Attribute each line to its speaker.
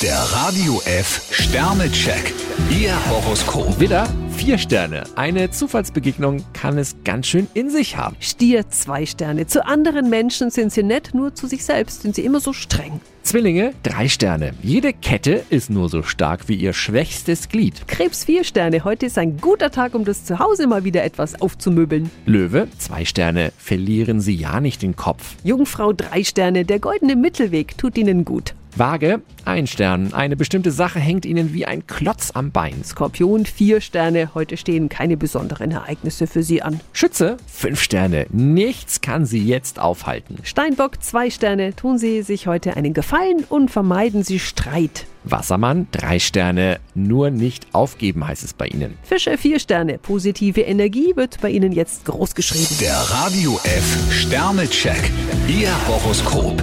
Speaker 1: Der Radio F Sternecheck. Ihr Horoskop.
Speaker 2: Widder, vier Sterne. Eine Zufallsbegegnung kann es ganz schön in sich haben.
Speaker 3: Stier zwei Sterne. Zu anderen Menschen sind sie nett, nur zu sich selbst sind sie immer so streng.
Speaker 2: Zwillinge, drei Sterne. Jede Kette ist nur so stark wie ihr schwächstes Glied.
Speaker 3: Krebs vier Sterne. Heute ist ein guter Tag, um das Zuhause mal wieder etwas aufzumöbeln.
Speaker 2: Löwe, zwei Sterne. Verlieren Sie ja nicht den Kopf.
Speaker 3: Jungfrau drei Sterne. Der goldene Mittelweg tut ihnen gut.
Speaker 2: Waage, ein Stern. Eine bestimmte Sache hängt Ihnen wie ein Klotz am Bein.
Speaker 3: Skorpion vier Sterne. Heute stehen keine besonderen Ereignisse für sie an.
Speaker 2: Schütze, fünf Sterne. Nichts kann Sie jetzt aufhalten.
Speaker 3: Steinbock zwei Sterne. Tun Sie sich heute einen Gefallen und vermeiden Sie Streit.
Speaker 2: Wassermann, drei Sterne. Nur nicht aufgeben heißt es bei Ihnen.
Speaker 3: Fische vier Sterne. Positive Energie wird bei ihnen jetzt großgeschrieben.
Speaker 1: Der Radio F Sternecheck. Ihr Horoskop.